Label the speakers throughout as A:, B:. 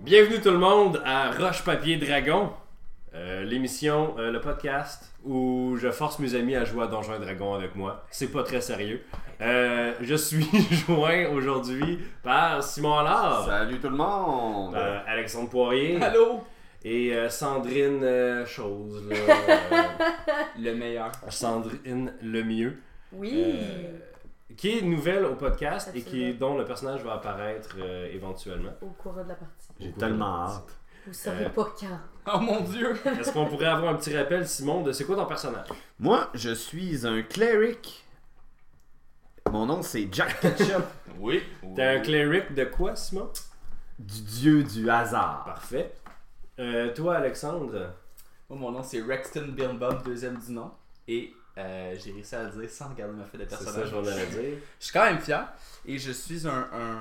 A: Bienvenue tout le monde à Roche Papier Dragon, euh, l'émission, euh, le podcast où je force mes amis à jouer à Donjons et Dragons avec moi. C'est pas très sérieux. Euh, je suis joint aujourd'hui par Simon Allard,
B: Salut tout le monde!
A: euh, Alexandre Poirier
C: Allô?
A: et euh, Sandrine euh, Chose. là, euh,
C: Le meilleur.
A: Sandrine Lemieux.
D: Oui.
A: Euh, qui est nouvelle au podcast et qui,
D: Absolument.
A: dont le personnage va apparaître euh, éventuellement.
D: Au courant de la partie.
B: J'ai tellement hâte.
D: Vous savez
A: Euh,
D: pas quand.
C: Oh mon dieu!
A: Est-ce qu'on pourrait avoir un petit rappel, Simon, de c'est quoi ton personnage
B: Moi, je suis un cleric. Mon nom, c'est Jack Ketchup,
C: Oui.
A: T'es un cleric de quoi, Simon
B: du dieu du hasard.
A: Parfait. Euh, toi, Alexandre,
C: Moi, Oh, mon nom c'est Rexton Birnbaum, deuxième du nom. Et euh, j'ai réussi à le dire sans regarder ma feuille de
A: c'est
C: personnage.
A: ça que je m'en allais dire.
C: Je suis quand même fier. Et je suis un, un,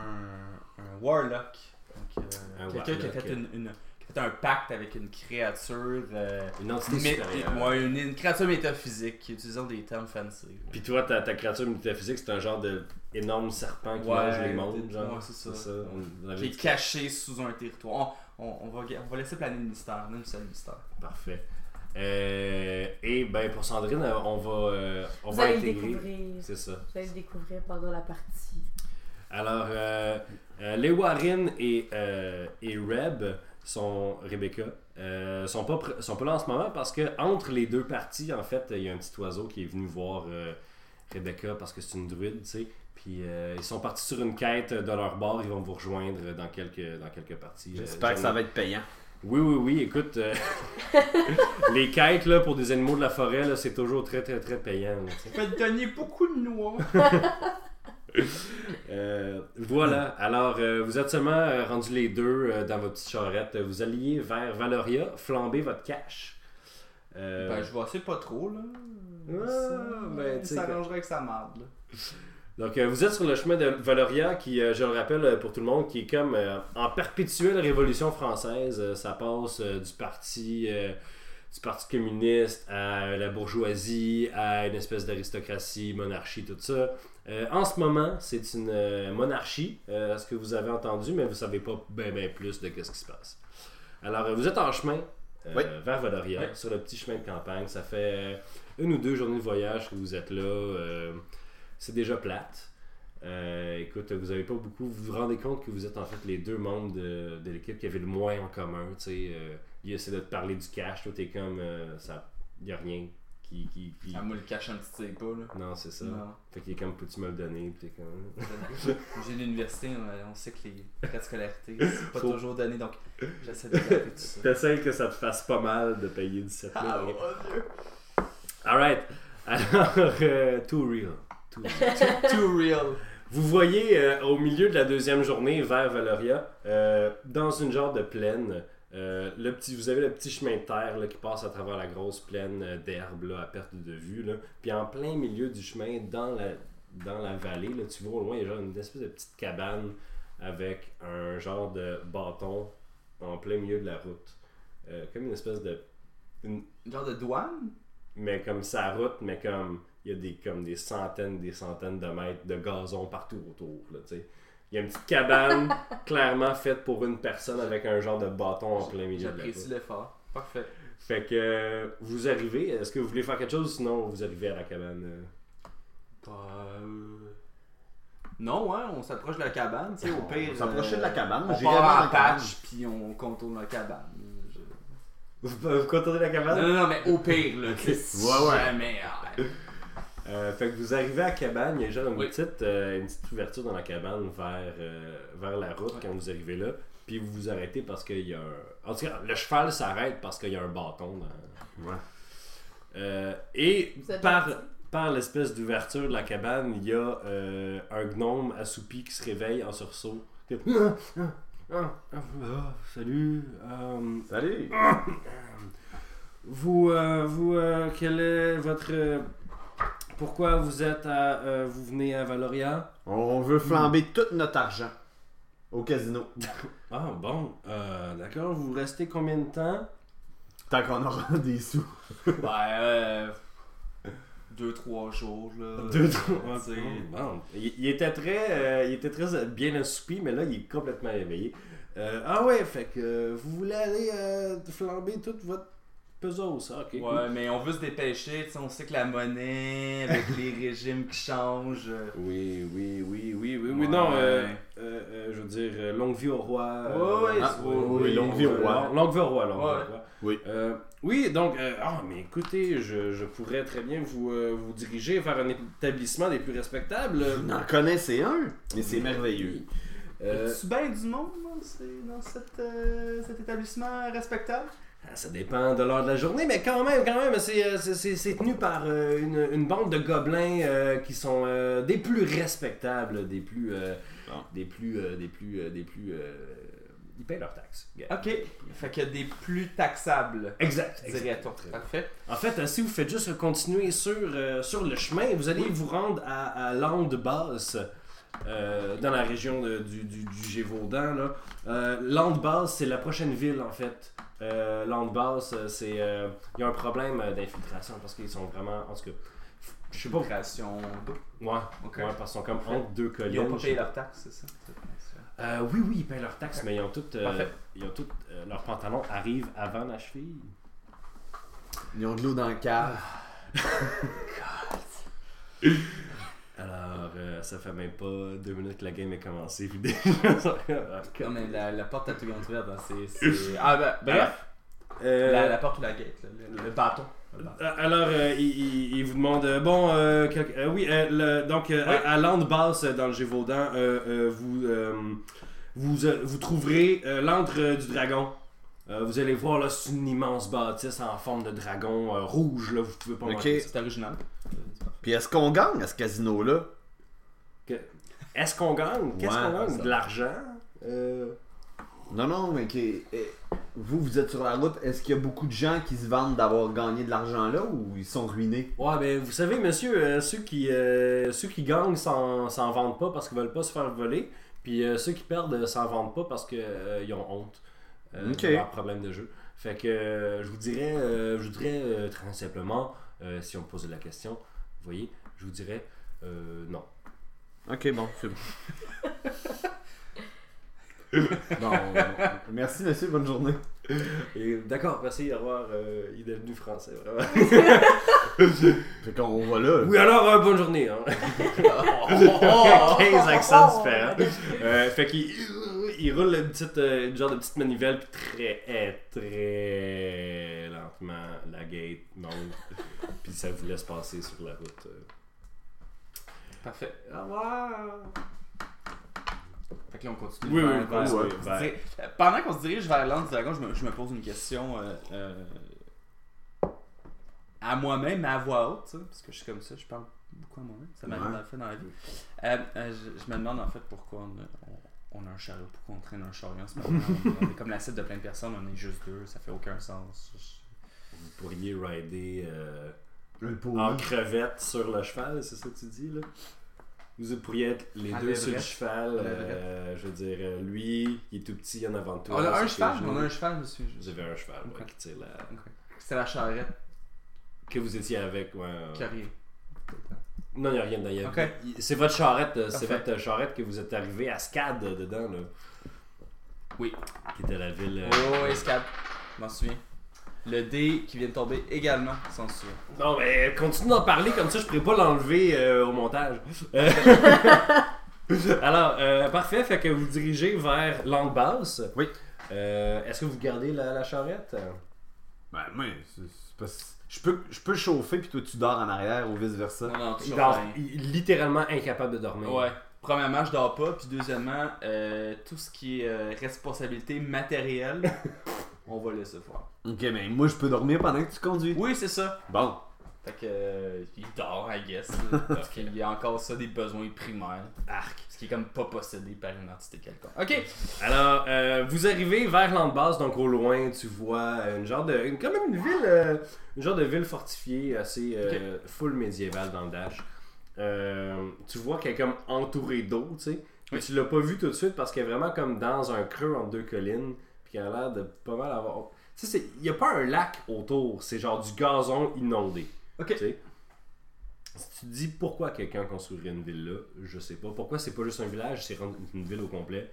C: un warlock. Donc, euh,
A: Un
C: quelqu'un qui, a
A: warlock.
C: fait une- une- qui a fait un pacte avec une créature. euh,
A: Une entité
C: mé-
A: supérieure.
C: ouais, une, une créature métaphysique, utilisant des termes fancy.
A: Puis toi, ta, ta créature métaphysique, c'est un genre de énorme serpent qui
C: Ouais,
A: mange les mondes,
C: ouais,
A: genre.
C: c'est ça.
A: on- on avait
C: qui est
A: dit-
C: caché sous un territoire. On, on- on va, on va laisser planer le mystère, même si c'est le mystère.
A: Parfait. Euh, et ben pour Sandrine, euh, on va, euh, on
D: Vous
A: va
D: allez le
A: intégrer.
D: découvrir.
A: C'est ça.
D: Vous allez le découvrir pendant la partie.
A: Alors, euh, euh, les Warren et, euh, et Reb sont Rebecca. euh, sont pas pr- sont pas là en ce moment parce que entre les deux parties en fait il y a un petit oiseau qui est venu voir euh, Rebecca parce que c'est une druide tu sais puis euh, ils sont partis sur une quête de leur bord ils vont vous rejoindre dans quelques dans quelques parties euh,
B: J'espère que ça va être payant.
A: oui oui oui écoute euh, les quêtes là pour des animaux de la forêt là c'est toujours très très très payant là, tu sais.
C: va te gagner beaucoup de noix.
A: Euh, voilà, alors euh, vous êtes seulement euh, rendus les deux euh, dans votre petite charrette. Vous alliez vers Valoria, flamber votre cache. Euh,
C: Ben, je vois, c'est pas trop, là.
A: Ouais,
C: Ça-
A: ben, tu sais,
C: ça
A: quoi.
C: arrangerait avec sa marde, là.
A: Donc euh, vous êtes sur le chemin de Valoria, qui, euh, je le rappelle euh, pour tout le monde, qui est comme euh, en perpétuelle révolution française. Euh, ça passe euh, du parti... euh, du Parti communiste à la bourgeoisie, à une espèce d'aristocratie, monarchie, tout ça. Euh, en ce moment, c'est une euh, monarchie, euh, à ce que vous avez entendu, mais vous savez pas bien plus de ce qui se passe. Alors, euh, vous êtes en chemin euh,
B: Oui.
A: vers Valoria,
C: Oui.
A: sur le petit chemin de campagne. Ça fait euh, une ou deux journées de voyage que vous êtes là. euh, c'est déjà plate. Euh, écoute, vous avez pas beaucoup. Vous vous rendez compte que vous êtes en fait les deux membres de, de l'équipe qui avaient le moins en commun. Tu sais, euh, lui essaie de te parler du cash, toi t'es comme euh, ça, y a rien qui, qui, qui-
C: Ah, moi, le cache un petit peu, là.
A: Non, c'est ça.
C: Non.
A: Fait qu'il est comme peux-tu me le donner, Puis t'es comme. hein.
C: J'ai l'université, on on sait que les frais de scolarité, c'est pas
A: Faut-
C: toujours donné, donc j'essaie de garder tout ça.
A: T'essayes que ça te fasse pas mal de payer 17 000.
C: Ah, mon dieu!
A: Alright. Alors, euh, too real. Too real.
C: Too real!
A: Vous voyez euh, au milieu de la deuxième journée vers Valoria, euh, dans une genre de plaine, euh, le petit, vous avez le petit chemin de terre là, qui passe à travers la grosse plaine euh, d'herbe là, à perte de vue. là. Puis en plein milieu du chemin, dans la, dans la vallée, là, tu vois au loin, il y a genre une espèce de petite cabane avec un genre de bâton en plein milieu de la route. Euh, comme une espèce de
C: Une genre de douane?
A: mais comme sa route, mais comme il y a des, comme des centaines, des centaines de mètres de gazon partout autour. Là, tu sais. il y a une petite cabane clairement faite pour une personne avec un genre de bâton en plein milieu de la
C: J'apprécie
A: route.
C: l'effort. Parfait.
A: Fait que euh, vous arrivez, est-ce que vous voulez faire quelque chose sinon vous arrivez à la cabane euh?
C: Bah, euh, Non, hein, on s'approche de la cabane, tu sais, au pire.
B: On s'approchait de la
C: euh,
B: cabane,
C: On
B: j'irais
C: part
B: voir
C: en
B: la cabane.
C: patch, puis on contourne la cabane. Je-
A: Vous, vous contournez la cabane
C: Non, non, non, mais au pire, là. tu sais, si
B: Ouais, ouais.
C: Jamais. ah,
A: Euh, fait que vous arrivez à la cabane, il y a genre une,
C: Oui.
A: petite, euh, une petite ouverture dans la cabane vers, euh, vers la route quand vous arrivez là. Puis vous vous arrêtez parce qu'il y a un... En tout cas, le cheval s'arrête parce qu'il y a un bâton. Dans...
B: Ouais.
A: Euh, et
D: Vous êtes
A: par,
D: parti.
A: par l'espèce d'ouverture de la cabane, il y a euh, un gnome assoupi qui se réveille en sursaut. Ah, ah, ah, ah, salut. euh,
B: Salut!
A: vous, euh, vous, euh, quel est votre, euh, pourquoi vous êtes à, euh, vous venez à Valoria
B: On veut flamber tout notre argent au casino.
A: Ah bon, euh, d'accord. Vous restez combien de temps
B: Tant qu'on aura des sous.
C: Ben, euh. Deux, trois jours, là.
A: trois. Ah,
C: tu sais.
A: euh, Bon, il, il était très, euh, il était très bien assoupi, mais là il est complètement réveillé. Euh, ah ouais, fait que euh, vous voulez aller euh, flamber toute votre puzzle, ça, ok. cool.
C: Ouais, mais on veut se dépêcher, tu sais, on sait que la monnaie, avec les régimes qui changent. euh,
A: Oui, oui, oui, oui, oui, oui.
C: Ouais.
A: Non, euh, euh, euh, je veux dire, euh, longue vie au roi. euh,
C: Ouais, ouais,
A: ah,
C: c'est-
A: oui,
C: oui,
A: oui, longue vie au
B: ouais.
A: roi. Longue vie au roi, longue vie au
C: Ouais.
A: roi.
B: Oui.
A: Euh, oui, donc, euh, ah, mais écoutez, je, je pourrais très bien vous, euh, vous diriger vers un établissement des plus respectables.
B: Vous n'en connaissez un, mais c'est merveilleux.
A: Euh,
C: Tu bien du monde dans, ces- dans cette, euh, cet établissement respectable?
A: Ah, Ça dépend de l'heure de la journée, mais quand même, quand même, c'est, euh, c'est- c'est- c'est tenu par euh, une, une bande de gobelins euh, qui sont euh, des plus respectables, des plus, euh,
B: Bon.
A: des plus, euh, des plus, euh, des plus. euh, ils paient leurs taxes. Yeah.
C: Ok, fait qu'il y a des plus taxables,
A: Exact. exact.
C: dirait-on. Parfait.
A: En fait, euh, si vous faites juste continuer sur, euh, sur le chemin, vous allez vous rendre à, à Lande Basse, euh, dans la région de- du, du, du Gévaudan. Là. Euh, Lande Basse, c'est la prochaine ville, en fait. Euh, Lande Basse, euh, c'est. euh, Il y a un problème euh, d'infiltration parce qu'ils sont vraiment. En tout cas, je sais pas. Ouais,
C: Création d'eau. Ok.
A: ouais, parce qu'ils sont comme entre deux
C: Ils ont
A: collines.
C: pas payé leurs taxes, c'est ça?
A: Euh, oui, oui, ils paient leurs taxes, mais ils ont toutes. euh,
C: Parfait.
A: ils ont toutes. euh, leurs pantalons arrivent avant la cheville.
B: Ils ont de l'eau dans le cave.
A: Alors, euh, ça fait même pas deux minutes que la game est commencée, puis déjà, ça-
C: Non, mais la, la porte à tout grand ouverte, hein, c'est- c'est. Ah, ben, bref,
A: Euh,
C: la, la porte ou la gate, là, le, le bâton. Le bâton.
A: Alors, euh, il, il- il vous demande, euh, bon, euh, quel- euh, oui, euh, le- donc euh,
C: Oui.
A: à, à Lande Basse, euh, dans le Gévaudan, euh, euh, vous, euh, vous, euh, vous trouverez euh, l'antre euh, du dragon. Euh, vous allez voir, là, c'est une immense bâtisse en forme de dragon euh, rouge, là, vous pouvez pas
B: Ok.
A: manquer ça.
C: C'est original.
B: Puis est-ce qu'on gagne à ce casino-là
A: Est-ce qu'on gagne? Qu'est-ce
B: Ouais,
A: qu'on gagne?
B: ça-
A: De l'argent? Euh,
B: Non, non, mais qui- eh, vous, vous êtes sur la route. Est-ce qu'il y a beaucoup de gens qui se vantent d'avoir gagné de l'argent là ou ils sont ruinés
A: Ouais, ben vous savez, monsieur, euh, ceux, qui, euh, ceux qui gagnent s'en s'en vendent pas parce qu'ils veulent pas se faire voler, puis euh, ceux qui perdent euh, s'en vendent pas parce qu'ils ont honte euh,
B: Ok.
A: de leur problème de jeu. Fait que euh, je vous dirais, euh, je vous dirais euh, très simplement, euh, si on me pose la question, vous voyez, je vous dirais euh, non.
B: Ok, bon, c'est bon. non, non. Merci, monsieur, bonne journée.
A: Et D'accord, merci, au revoir, euh, il est devenu français, vraiment.
B: Fait qu'on va là.
A: Oui, alors, euh, bonne journée. hein.
C: Oh!
A: 15 Ah, accents différents.
D: oh,
A: Euh, fait qu'il il roule une petite, euh, une genre de petite manivelle puis très euh, très lentement la gate monte puis ça vous laisse passer sur la route. euh.
C: Parfait.
A: Au revoir.
C: Fait que là, on continue.
A: Oui oui,
C: vers-
A: oui,
C: vers-
A: oui,
B: ouais.
A: vers-
C: Dire- euh, Pendant qu'on se dirige vers l'Anse du Dragon, je me, je me pose une question euh, euh, à moi-même, à voix haute, tu sais, parce que je suis comme ça, je parle beaucoup à moi-même. Ça m'arrive
B: Ouais.
C: dans le fait dans la vie. Euh, euh, je, je me demande en fait pourquoi on a, on- on a un chariot, pourquoi on traîne un chariot en ce moment. on, on est comme la cible de plein de personnes, on est juste deux, ça fait aucun sens. Je-
A: Vous pourriez rider euh,
B: Le
A: en
B: pauvre.
A: crevette sur le cheval, c'est ça que tu dis là Vous pourriez être les
C: À
A: deux sur le
C: l'Everest.
A: cheval.
C: À
A: euh, je veux dire, euh, lui, il est tout petit en avant de toi.
C: On a
A: c'est
C: un cheval,
A: piégé.
C: on a un cheval, je me suis.
A: Vous
C: je-
A: avez un cheval, ouais,
C: Ok.
A: qui tire la-
C: Ok. C'est la charrette
A: Que vous étiez avec, ouais. ouais.
C: qui arrive.
A: Non, il n'y a rien d'ailleurs.
C: Ok.
A: C'est votre charrette, euh, c'est
C: Parfait.
A: votre charrette que vous êtes arrivé à Scad euh, dedans, là.
C: Oui.
A: Qui était la ville. euh,
C: Oh, escape, je m'en souviens. Le dé qui vient de tomber également, je s'en souviens.
A: Non, mais euh, continue d'en parler comme ça, je pourrais pas l'enlever euh, au montage. Euh, Alors, euh, parfait, fait que vous dirigez vers Langue Basse.
B: Oui.
A: Euh, Est-ce que vous gardez la, la charrette
B: Ben, moi, c'est c'est parce que je peux, je peux chauffer puis toi tu dors en arrière ou vice versa.
C: Non, non, toujours
A: Genre,
C: rien.
A: il- littéralement incapable de dormir.
C: Ouais. Premièrement, je dors pas. Puis deuxièmement, euh, tout ce qui est euh, responsabilité matérielle, on va laisser faire.
B: Ok, mais Ben, moi je peux dormir pendant que tu conduis.
C: Oui, c'est ça.
B: Bon,
C: Fait que, euh, il dort, I guess. là, parce qu'il y a encore ça des besoins primaires. Arc. Ce qui est comme pas possédé par une entité quelconque. Ok.
A: Alors, euh, vous arrivez vers Landbasse, donc au loin, tu vois euh, une genre de, une- quand même une ville, euh, une genre de ville fortifiée assez euh, full médiévale dans le dash. Euh, tu vois qu'elle est comme entourée d'eau, tu sais. Mais tu l'as pas vu tout de suite parce qu'elle est vraiment comme dans un creux entre deux collines, puis qu'elle a l'air de pas mal avoir. Tu sais, il y a pas un lac autour, c'est genre du gazon inondé.
C: Ok.
A: tu sais. si tu te dis pourquoi quelqu'un construirait une ville là, je sais pas. Pourquoi c'est pas juste un village, c'est rendre une ville au complet.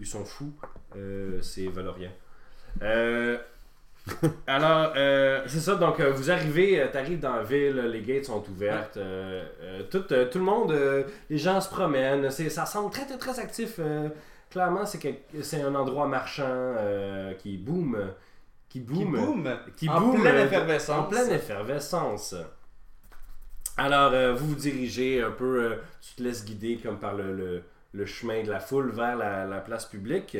A: Ils sont fous. Euh, c'est Valorien. Euh, alors, euh, c'est ça. Donc, euh, vous arrivez, euh, t'arrives dans la ville, les gates sont ouvertes. euh, euh, tout, euh, tout le monde, euh, les gens se promènent. C'est, ça semble très, très, très actif. euh, clairement, c'est, quel- c'est un endroit marchand euh, qui boom. Qui
E: Qui
A: boom.
E: boum!
A: Qui
E: en
A: boom,
E: pleine
A: euh,
E: effervescence.
A: en pleine effervescence. Alors, euh, vous vous dirigez un peu, euh, tu te laisses guider comme par le, le- le chemin de la foule vers la, la place publique,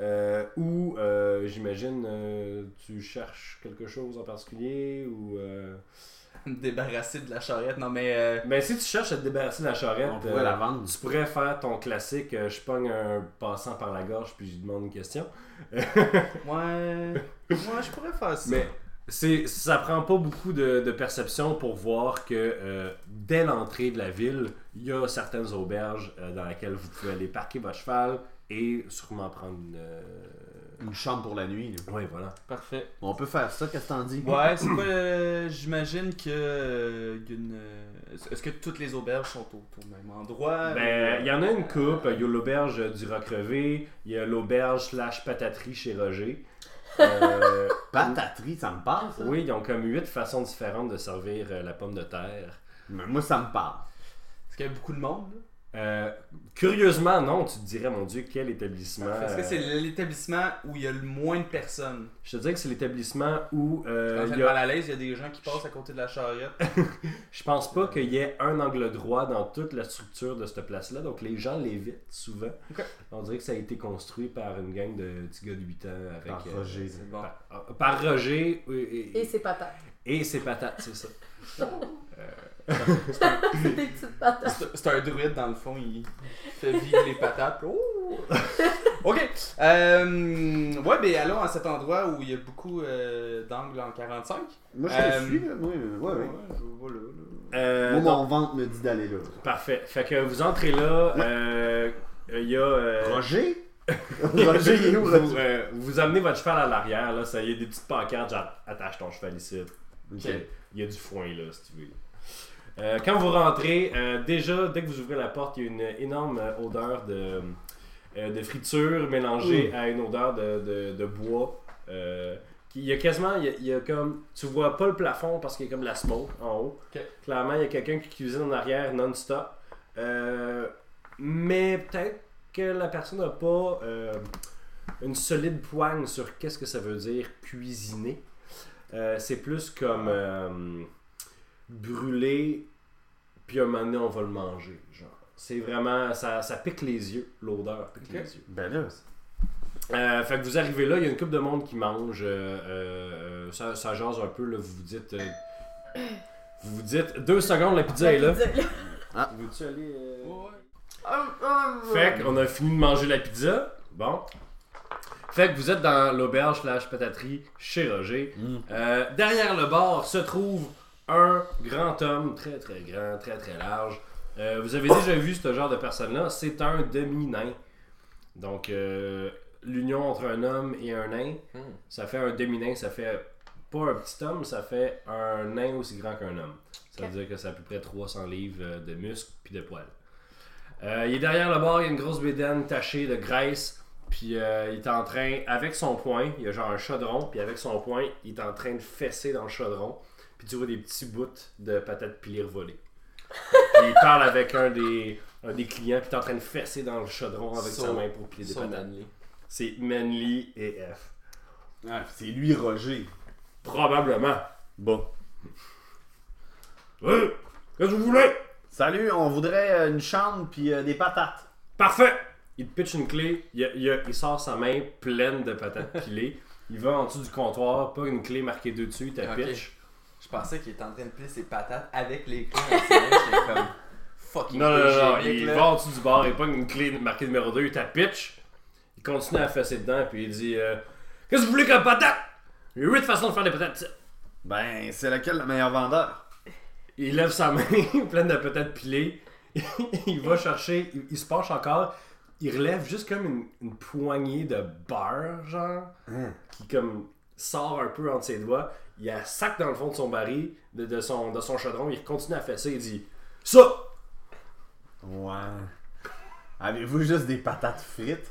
A: euh, où euh, j'imagine euh, tu cherches quelque chose en particulier ou. euh,
E: Me Débarrasser de la charrette. Non, mais. euh,
A: Ben, si tu cherches à te débarrasser de la charrette,
B: On pourrait la
A: euh,
B: vendre.
A: tu pourrais faire ton classique euh, je pogne un passant par la gorge puis je lui demande une question.
E: Ouais. Moi, je pourrais faire ça.
A: Mais c'est, ça prend pas beaucoup de, de perception pour voir que euh, dès l'entrée de la ville, il y a certaines auberges euh, dans lesquelles vous pouvez aller parquer votre cheval et sûrement prendre une. euh,
B: Une chambre pour la nuit. là.
A: Ouais, voilà.
E: Parfait.
B: On peut faire ça, qu'est-ce que t'en dis?
E: Ouais, c'est quoi. euh, J'imagine que. euh, qu'une, euh, Est-ce que toutes les auberges sont au, au même endroit? Euh,
A: Ben, il y en a une coupe. Il y a l'auberge du Roc Crevé, il y a l'auberge slash pataterie chez Roger. Euh,
B: Pataterie, ça me parle ça?
A: oui, ils ont comme huit façons différentes de servir euh, la pomme de terre.
B: Mais moi, ça me parle.
E: Est-ce qu'il y a beaucoup de monde? là?
A: Euh, curieusement, non, tu te dirais, mon Dieu, quel établissement.
E: Est-ce que
A: euh,
E: c'est l'établissement où il y a le moins de personnes?
A: Je te dirais que c'est l'établissement où euh,
E: Quand
A: il
E: t'es
A: y a-
E: mal à l'aise, il y a des gens qui passent à côté de la charrette.
A: je pense pas qu'il y ait un angle droit dans toute la structure de cette place-là. Donc les gens l'évitent souvent.
E: Ok.
A: On dirait que ça a été construit par une gang de petits gars de 8 ans avec
B: Par
A: euh,
B: Roger.
E: C'est bon.
A: par, ah, par Roger oui, et,
D: Et c'est patates.
A: et ses patates, c'est ça.
D: C'est des petites patates.
E: C'est c'est un druide dans le fond, il fait vivre les patates. Ouh! ok. Euh, ouais, ben allons à cet endroit où il y a beaucoup euh, d'angles en 45.
B: Moi, je
E: Euh,
B: te suis, là. Oui, oui, oui.
E: je vois là, là.
A: Euh,
B: Moi,
A: donc,
B: mon ventre me dit d'aller là.
A: Parfait. Fait que vous entrez là, euh, il y a euh,
B: Roger? Roger, il est où,
A: vous,
B: Roger?
A: euh, vous amenez votre cheval à l'arrière, là, ça, il y a des petites pancartes, genre attache ton cheval ici.
B: Ok.
A: Ok. Il y a du foin là, si tu veux. Euh, quand vous rentrez, euh, déjà, dès que vous ouvrez la porte, il y a une énorme euh, odeur de, euh, de friture mélangée à une odeur de, de- de bois. Euh, qui- il y a quasiment, il y a, il y a comme, tu vois pas le plafond parce qu'il y a comme la smoke en haut.
E: Ok.
A: Clairement, il y a quelqu'un qui cuisine en arrière non-stop. Euh, mais peut-être que la personne n'a pas euh, une solide poigne sur qu'est-ce que ça veut dire cuisiner. Euh, c'est plus comme euh, brûler, puis un moment donné, on va le manger. Genre. C'est vraiment, ça, ça pique les yeux, l'odeur pique
E: Ok.
A: les yeux.
B: Ben là,
A: Euh, fait que vous arrivez là, il y a une coupe de monde qui mange, euh, euh, euh, ça, ça jase un peu, là, vous vous dites... euh, vous vous dites, deux secondes, la pizza est là. Veux-tu aller... euh, Fait qu'on a fini de manger la pizza. Bon. Fait que vous êtes dans l'auberge slash pataterie chez Roger.
B: Mm.
A: Euh, derrière le bar se trouve un grand homme, très très grand, très très large. Euh, vous avez déjà vu ce genre de personne-là. C'est un demi-nain. Donc, euh, l'union entre un homme et un nain,
E: Hmm.
A: ça fait un demi-nain, ça fait pas un petit homme, ça fait un nain aussi grand qu'un homme. Ça veut dire que c'est à peu près 300 livres euh, de muscles puis de poils. Euh, il est derrière le bord, il y a une grosse bédaine tachée de graisse, puis euh, il est en train, avec son poing, il y a genre un chaudron, puis avec son poing, il est en train de fesser dans le chaudron, puis tu vois des petits bouts de patates pilées volées. puis il parle avec un des, un des clients, puis il est en train de fesser dans le chaudron avec
E: So-
A: sa main pour piler des
E: So
A: patates.
E: manly.
A: C'est Manly et F.
B: ah, c'est lui, Roger.
A: Probablement.
B: Bon.
A: Hein? Qu'est-ce que vous voulez?
B: Salut, on voudrait euh, une chambre puis euh, des patates.
A: Parfait! Il te pitch une clé, il, il- il sort sa main pleine de patates pilées. Il va en dessous du comptoir, pas une clé marquée deux dessus, il te
E: Ok.
A: pitch.
E: Je pensais qu'il était en train de plier ses patates avec les clés. dans ses mains, J'étais comme fucking
A: Non, non, non, non,
E: hygiénique,
A: il
E: là.
A: va en dessous du bar, il pas une clé marquée numéro 2, il te pitch. Il continue à fesser dedans, puis il dit euh, Qu'est-ce que vous voulez comme patate? Il y a huit façons de faire des patates. ça.
B: Ben, c'est lequel le meilleur vendeur?
A: Il lève sa main pleine de patates pilées. il va chercher, il, il se penche encore. Il relève juste comme une, une poignée de beurre, genre, qui comme sort un peu entre ses doigts. il a sac dans le fond de son baril, de, de son, de son chaudron, il continue à fesser, il dit Ça
B: Ouais. Avez-vous juste des patates frites?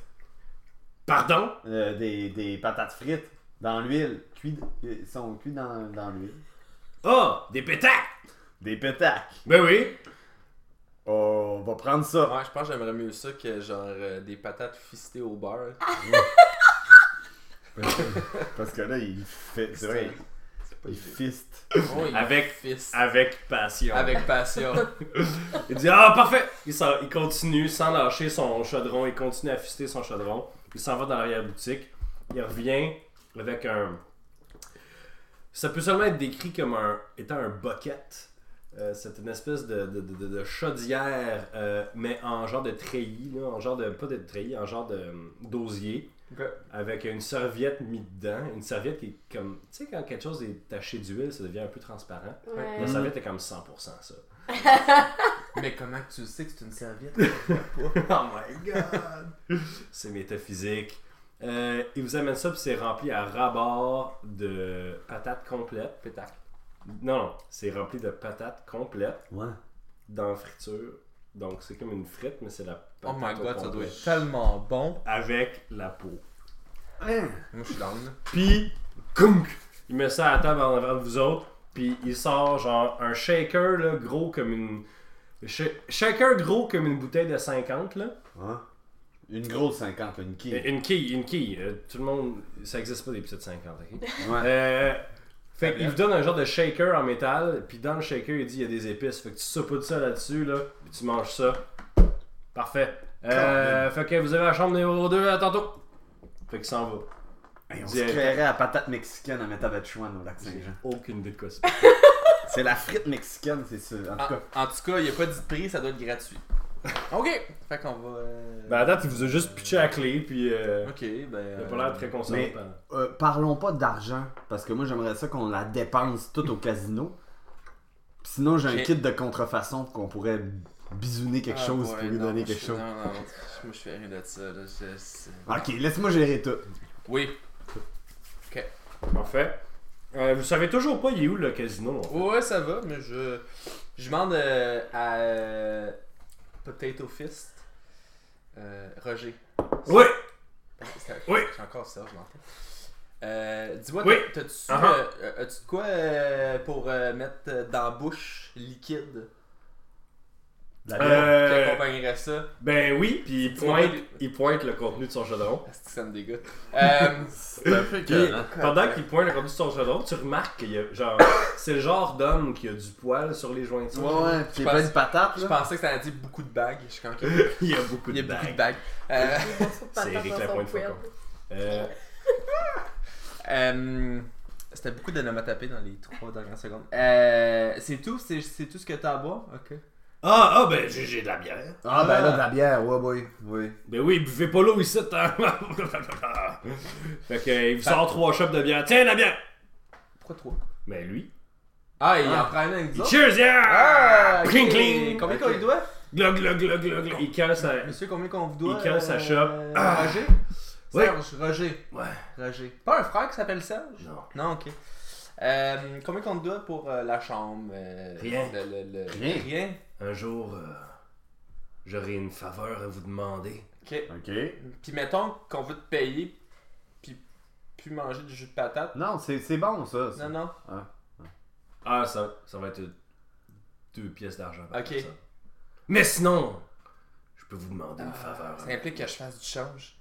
A: Pardon
B: Euh, des, des patates frites dans l'huile. Cuit, euh, sont cuits dans, dans l'huile.
A: Ah Des pétacs
B: Des pétacs.
A: Ben oui
B: Oh, on va prendre ça.
C: Ouais, je pense que j'aimerais mieux ça que genre euh, des patates fistées au beurre.
B: Parce que là, il fait. C'est vrai,
C: C'est pas
B: il
C: évident.
B: fiste.
C: Oh, il
A: Avec-
C: fiste.
A: Avec passion.
C: Avec passion.
A: Il dit Ah, parfait il, s'en- il continue sans lâcher son chaudron, il continue à fister son chaudron. Il s'en va dans l'arrière-boutique. Il revient avec un. Ça peut seulement être décrit comme un, étant un bucket. Euh, c'est une espèce de, de- de- de- de chaudière, euh, mais en genre de treillis, là, en genre de. pas de treillis, en genre de hum, d'osier,
C: Ok.
A: avec une serviette mise dedans. Une serviette qui est comme. Tu sais, quand quelque chose est taché d'huile, ça devient un peu transparent. La
D: Ouais.
B: Mhm.
A: serviette est comme 100% ça.
C: Mais comment que tu sais que c'est une serviette
A: Oh my god! c'est métaphysique. Euh, il vous amène ça, puis c'est rempli à rabord de patates complètes.
C: Pétac.
A: Non, non, c'est rempli de patates complètes
B: Ouais.
A: dans friture. Donc c'est comme une frite, mais c'est la patate.
C: Oh my
A: au
C: god, ça doit
A: complet.
C: être tellement bon.
A: Avec la peau.
B: Hein?
C: Moi, je suis down.
A: Puis, kunk! Il met ça à la table en avant de vous autres, puis il sort genre un shaker, là, gros comme une. sh- Shaker gros comme une bouteille de 50, là.
B: Ouais. Une grosse 50, une
A: Et
B: quille.
A: Une quille, une quille. Euh, tout le monde, ça existe pas des petites 50, ok?
B: Ouais.
A: Euh, fait qu'il vous donne un genre de shaker en métal, puis dans le shaker, il dit il y a des épices. Fait que tu saupoudres ça là-dessus, là, puis tu manges ça. Parfait. Euh, fait que vous avez la chambre numéro 2, à tantôt. Fait qu'il s'en va.
B: Hey, on se
A: Direct.
B: créerait à patate mexicaine à Métabetchouan au lac Saint-Jean.
A: Aucune idée de quoi c'est.
B: C'est la frite mexicaine, c'est sûr. En tout
C: Ah,
B: cas.
C: En tout cas, il n'y a pas dit de prix, ça doit être gratuit. Ok! Fait qu'on va. euh,
A: Ben, à date, il vous a juste pitché à clé, puis euh,
C: Ok, ben.
A: il a
C: euh,
A: pas l'air très concerné.
B: Mais- Euh, parlons pas d'argent, parce que moi j'aimerais ça qu'on la dépense tout au casino. Puis Sinon j'ai un
C: J'ai-
B: kit de contrefaçon qu'on pourrait bisouner quelque
C: Ah,
B: chose
C: ouais,
B: pour lui
C: non,
B: donner
C: moi, je
B: quelque
C: suis-
B: chose.
C: Non, non, moi je me suis rien de ça. Là, je- c'est-
B: Ok, laisse-moi gérer tout.
C: Oui,
A: Parfait. Euh, vous savez toujours pas, il est où le casino? en fait?
C: ouais, ça va, mais je. Je demande euh, à. euh, Potato Fist. euh, Roger.
A: Oui!
C: C'est-
A: Oui.
C: J'ai encore ça, je m'entends. Euh, Dis-moi,
A: Oui.
C: t'as- t'as-tu
A: Ah
C: euh, euh, as-tu de quoi euh, pour euh, mettre euh, dans la bouche liquide
B: La
A: Euh,
C: Qui accompagnerait ça
A: ben oui, puis il
C: Tu vois,
A: pointe,
C: il-
A: il pointe le contenu de son chaudron.
C: Parce que ça me dégoûte. Euh,
B: C'est un peu
A: Puis, pendant qu'il pointe le contenu de son chaudron, tu remarques qu'il y a genre. C'est le genre d'homme qui a du poil sur les joints de son
B: Ouais,
A: chaudron.
B: ouais, c'est
C: Je
B: pas
C: pense-
B: une patate
C: je
B: là.
C: pensais que ça allait dire beaucoup de bagues. Je suis quand même.
A: Il y a beaucoup
C: Il y
A: de
C: a beaucoup
A: bagues.
C: de bagues. Euh,
D: Des morceaux de
A: C'est
D: patate
A: Éric
D: dans son
A: Lapointe,
D: poêle.
A: Faucon. Euh,
C: Euh, C'était beaucoup d'onomatopées dans les trois dernières secondes. Euh, c'est tout? C'est c'est tout ce que t'as à boire? Ok.
A: Ah, ah, ben j'ai j'ai de la bière.
B: Ah ben là de la bière, ouais ouais, oui.
A: Ben oui, buvez pas l'eau ici, hein. fait que, euh, il vous sort trois chopes de bière. Tiens, la bière!
C: Pourquoi trois?
A: Mais lui.
C: Ah, il en prend un avec
A: il
C: d'autres?
A: Cheers, yeah!
C: Ah! ok.
A: Cling, cling!
C: Combien qu'on lui doit?
A: Glug, glug, glug, glug, glug. Il cale sa.
C: Monsieur, combien qu'on vous doit?
A: Il cale sa chope.
C: Euh, Roger?
A: Oui.
C: Serge, Roger.
A: Ouais.
C: Roger. Pas un frère qui s'appelle Serge?
A: Non.
C: Non, ok. Euh, combien qu'on te doit pour euh, la chambre? euh,
A: Rien.
C: le- le- le-
B: Rien.
C: Rien?
A: Un jour, euh, j'aurai une faveur à vous demander.
C: Ok.
B: Ok.
C: Puis mettons qu'on veut te payer, puis puis manger du jus de patate.
B: Non, c'est c'est bon ça. ça.
C: Non, non.
A: Ah, ça, ça va être deux pièces d'argent par
C: Ok.
A: personne. Mais sinon, je peux vous demander une faveur.
C: Ah, Ça implique que je fasse du change.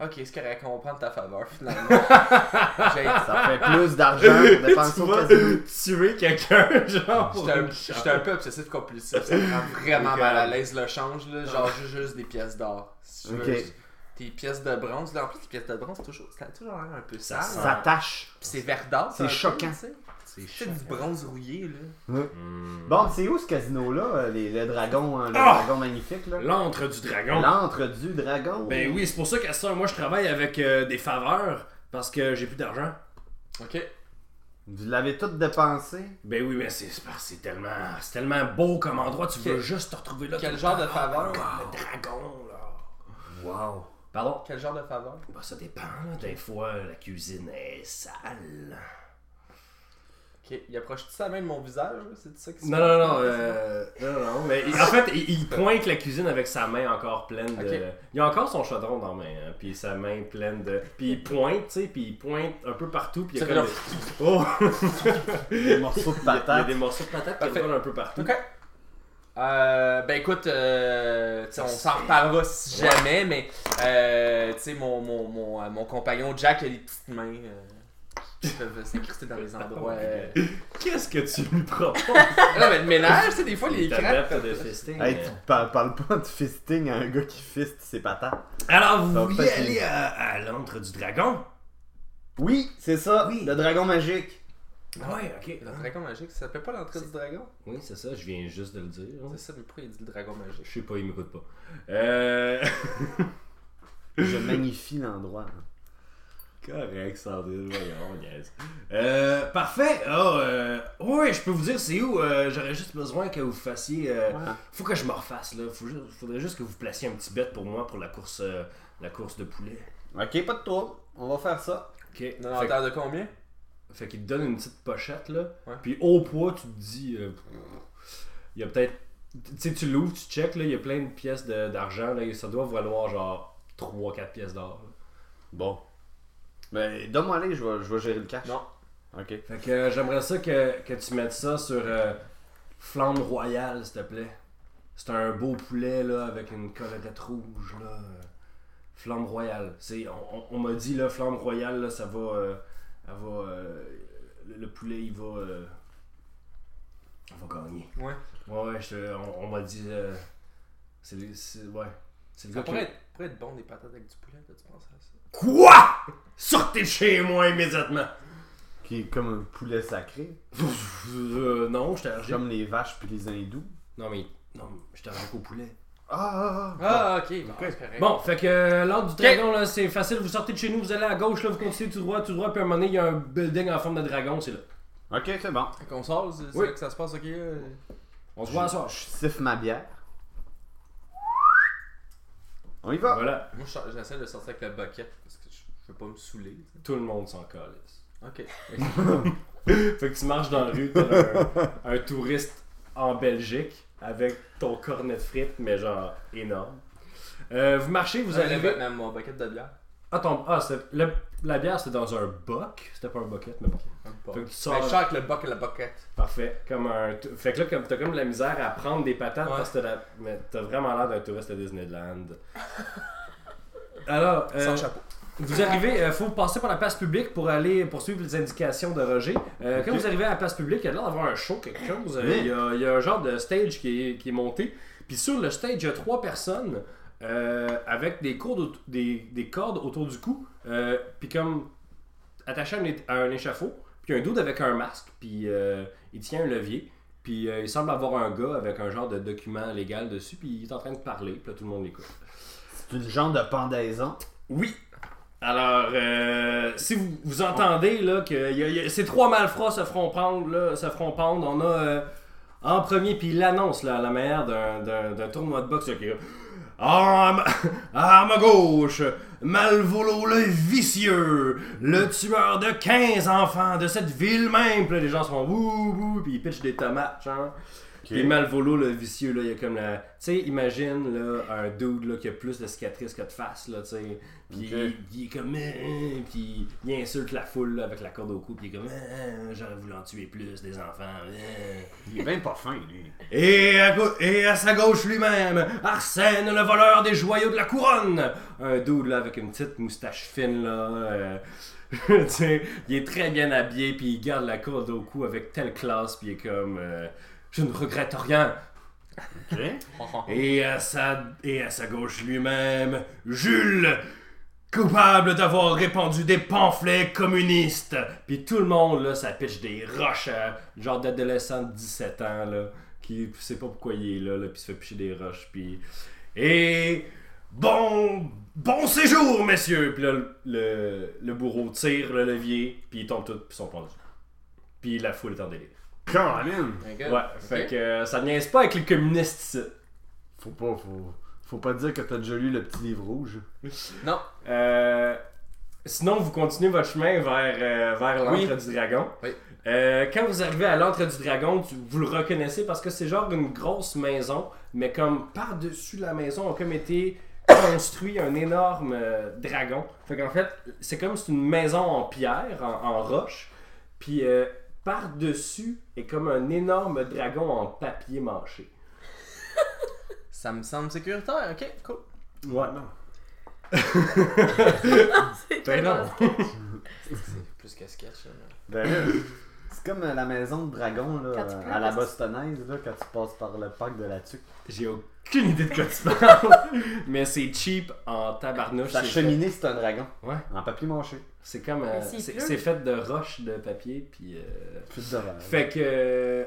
C: Ok, c'est correct, on prend de ta faveur finalement. J'ai
B: Ça fait plus d'argent pour dépenser
A: tu
B: au
A: vas
B: casino.
A: tuer quelqu'un, genre. pour
C: J'étais un,
A: une chance.
C: j'étais un peu obsessif compulsif, ça me rend vraiment
A: Ok. Ah.
C: mal à l'aise le change, là. genre juste, juste des pièces d'or. Si tu veux,
B: Ok.
C: juste Des pièces de bronze, là en plus les pièces de bronze, c'est toujours, ça a toujours l'air un peu
A: Ça
C: sale.
A: sent.
B: Ça tâche.
C: Puis c'est verdâtre.
B: C'est
C: un peu,
B: choquant.
C: tu sais.
A: C'est
C: C'est du bronze rouillé là.
A: Hmm.
B: Bon, c'est où ce casino là, les, le dragon, hein, le
A: Ah!
B: dragon magnifique là?
A: L'antre du dragon.
B: L'antre du dragon.
A: Ben oui, c'est pour ça qu'à ça, moi je travaille avec euh, des faveurs parce que j'ai plus d'argent.
C: Ok.
B: Vous l'avez tout dépensé.
A: Ben oui, mais c'est c'est parce que c'est tellement, c'est tellement beau comme endroit, tu veux
C: Quel-
A: juste te retrouver là.
C: quel
A: tout le
C: genre
A: temps.
C: de faveur?
A: Oh, Le dragon, là.
B: Wow.
A: Pardon?
C: Quel genre de faveur
A: Bah, ça dépend, là. Des fois, la cuisine est sale.
C: Ok, il approche-tu ça même mon visage là? C'est ça qui se
A: Non,
C: passe,
A: non,
C: là?
A: non, euh, non, non, non, mais il- en fait, il, il pointe la cuisine avec sa main encore pleine de.
C: Ok.
A: Il a encore son chaudron dans la main, hein, puis sa main pleine de. Puis il pointe, tu sais, puis il pointe un peu partout, puis il y a
C: Ça
A: comme.
C: fait
A: des- Oh!
B: Des morceaux
A: Il y a- il
B: de
A: y a
B: patate.
A: des morceaux de patate qui
C: Parfait.
A: roulent un peu partout.
C: Ok. Euh, ben écoute, euh, tu sais, on s'en reparlera si
A: Ouais.
C: jamais, mais euh, tu sais, mon, mon, mon, euh, mon compagnon Jack a des petites mains euh, qui peuvent s'incruster dans les endroits. euh.
A: Qu'est-ce que tu lui proposes?
C: Ah Non, mais le ménage, tu sais, des fois, les
A: Il
C: crêpes.
A: t'adapte de fisting.
B: Hey,
A: mais-
B: tu par- parles pas de fisting à un gars qui fiste ses patates.
A: Alors,
B: Ça
A: vous
B: va
A: vouliez
B: peut-être
A: aller à, à l'antre du dragon?
B: Oui, c'est ça,
A: Oui.
B: le dragon magique.
A: Ah Ouais, ok.
C: Le dragon magique, ça s'appelle pas l'entrée du dragon
A: Oui, c'est ça, je viens juste de le dire. hein.
C: C'est ça, mais pourquoi il dit le dragon magique
A: Je sais pas, il m'écoute pas. Euh.
B: Je magnifie l'endroit. hein.
A: Correct, Sandrine, voyons, on niaise. Euh, parfait! Ah, euh, oui, je peux vous dire c'est où. euh, J'aurais juste besoin que vous fassiez. euh,
B: Ouais.
A: Faut que je me refasse, là. Faut juste- faudrait juste que vous placiez un petit bet pour moi pour la course, euh, la course de poulet.
B: Ok, pas de trouble, on va faire ça.
A: Ok.
C: Non, non,
A: fait
C: t'as de combien
A: fait qu'il te donne une petite pochette, là.
C: Ouais.
A: Puis au poids, tu te dis. euh, il y a peut-être. Tu sais, tu l'ouvres, tu check, là. Il y a plein de pièces de- d'argent, là. Ça doit valoir genre 3-4 pièces d'or. là.
B: Bon. Ben, donne-moi aller, je vais, je vais gérer le cash.
C: Non.
B: Ok.
A: Fait que euh, j'aimerais ça que, que tu mettes ça sur euh, flamme royale, s'il te plaît. C'est un beau poulet là avec une collerette rouge là. euh, Flamme royale. C'est on, on- on m'a dit là flamme royale là, ça va euh, elle va euh, le, le poulet il va euh, il va gagner.
C: Ouais.
A: Ouais ouais, je te- on, on m'a dit euh, c'est les- c'est- ouais, c'est le
C: Ça
A: gars qui-
C: pourrait être, pourrait être bon des patates avec du poulet, là, tu penses à ça
A: Quoi Sortez de chez moi immédiatement.
B: Qui est comme un poulet sacré.
A: Euh, non, je t'ai allergique.
B: Comme les vaches puis les hindous.
A: Non mais non, je t'ai allergique au poulet.
B: Ah, ah, ah.
C: Ah, ok, bon, c'est correct.
A: Bon, fait que euh, l'ordre du
C: Ok.
A: dragon, là, c'est facile. Vous sortez de chez nous, vous allez à gauche, là, vous continuez tout droit, tout droit, puis à un moment donné, il y a un building en forme de dragon, c'est là. Ah.
B: Ok, c'est bon.
C: Fait qu'on sort, c'est c'est
A: Oui.
C: là que ça se passe, ok euh.
A: On se voit à soir.
B: Je siffle ma bière. On y va.
A: Voilà,
C: Moi, je sors- j'essaie de sortir avec le bucket parce que je je veux pas me saouler. tu
A: tout le monde s'en calisse.
C: sais. Ok.
A: Fait que tu marches dans la rue, t'es un, un touriste en Belgique avec ton cornet de frites, mais genre énorme. Euh, vous marchez, vous
C: Vous allez
A: arrivez.
C: même mon bucket de bière.
A: Ah, ton- ah, c'est- le- la bière, c'était dans un boc. C'était pas un bucket, mais bon. Fait que tu
C: Fait que je
A: sors.
C: sors avec Ben, le buck et la bucket.
A: Parfait. Comme un... tou- Fait que là, comme t'as comme de la misère à prendre des patates
C: Ouais.
A: parce que t'as la- mais t'as vraiment l'air d'un touriste à Disneyland. Alors, euh,
C: Sans chapeau.
A: vous arrivez, euh, faut passer par la place publique pour aller poursuivre les indications de Roger. Euh, Quand
B: Ok.
A: vous arrivez à la place publique, il y a l'air d'avoir un show, quelque chose. Euh,
B: Oui.
A: Il y a- il y, a un genre de stage qui est, qui est monté. Puis sur le stage, il y a trois personnes euh, avec des, courdes aut- des, des cordes autour du cou, euh, puis comme attaché à un, é- à un échafaud. Puis il y a un dude avec un masque, puis euh, il tient un levier. Puis euh, il semble avoir un gars avec un genre de document légal dessus, puis il est en train de parler, puis là tout le monde l'écoute.
B: C'est une genre de pendaison.
A: Oui. Alors, euh, si vous, vous entendez là, que y a- y a- ces trois malfrats se feront pendre, là, se feront pendre, on a euh, en premier, puis il l'annonce là, à la manière d'un- d'un d'un tournoi de boxe là, qui est comme, Ah, à ma- à ma gauche, Malvolo le vicieux, le tueur de 15 enfants de cette ville même. Puis là, les gens se font wouh, wouh, puis ils pitchent des tomates, genre. Puis Malvolo, le vicieux, là, il y a comme la. Tu sais, imagine là, un dude là, qui a plus de cicatrices que de face, là, tu sais. Puis
B: Ok.
A: il, il est comme. euh, euh, puis il insulte la foule là, avec la corde au cou, puis il est comme. euh, euh, J'aurais voulu en tuer plus, des enfants. euh.
B: Il est bien pas fin, lui.
A: Et à, gau- et à sa gauche lui-même, Arsène, le voleur des joyaux de la couronne. Un dude là avec une petite moustache fine là. euh, tu sais, il est très bien habillé puis il garde la corde au cou avec telle classe puis il est comme euh, je ne regrette rien.
B: Ok.
A: Et à sa et à sa gauche lui-même, Jules, coupable d'avoir répandu des pamphlets communistes. Puis tout le monde là, ça pitch des roches, à- genre d'adolescent de 17 ans là, qui sait pas pourquoi il est là, là puis se fait picher des roches puis et bon bon séjour messieurs. Puis là le, le, le bourreau tire le levier, puis ils tombent tous puis sont pendus. Puis la foule est en délire.
B: Colin!
A: Ouais, fait que euh, ça niaise pas avec les communistes ici.
B: Faut pas, faut, faut pas dire que t'as déjà lu le petit livre rouge.
C: Non.
A: Euh, sinon, vous continuez votre chemin vers, euh, vers l'antre
C: Oui.
A: du dragon.
C: Oui.
A: Euh, quand vous arrivez à l'entrée du dragon, tu- vous le reconnaissez parce que c'est genre une grosse maison, mais comme par-dessus la maison a comme été construit un énorme euh, dragon. Fait qu'en fait, c'est comme c'est une maison en pierre, en, en roche, puis euh, par-dessus est comme un énorme dragon en papier mâché.
C: Ça me semble sécuritaire, ok, cool.
A: Ouais.
D: C'est
A: Ben non.
C: C'est plus qu'à sketch. là, mais-
B: Ben là, c'est comme euh, la maison de dragon là,
D: Quand tu
B: euh,
D: pleures,
B: à la
D: parce que-
B: Bostonaise là, quand tu passes par le parc de la Tuque.
A: J'ai aucune idée de quoi tu parles, mais c'est cheap en tabarnouche.
B: Sa
A: c'est
B: cheminée, c'est un dragon.
A: Ouais.
B: En papier mâché.
A: fait- C'est comme. euh,
D: Mais s'il
A: c'est
D: pleut.
A: c'est fait de roches de papier, puis. euh,
B: Plus de
C: Ah
B: rêve.
A: Fait que euh,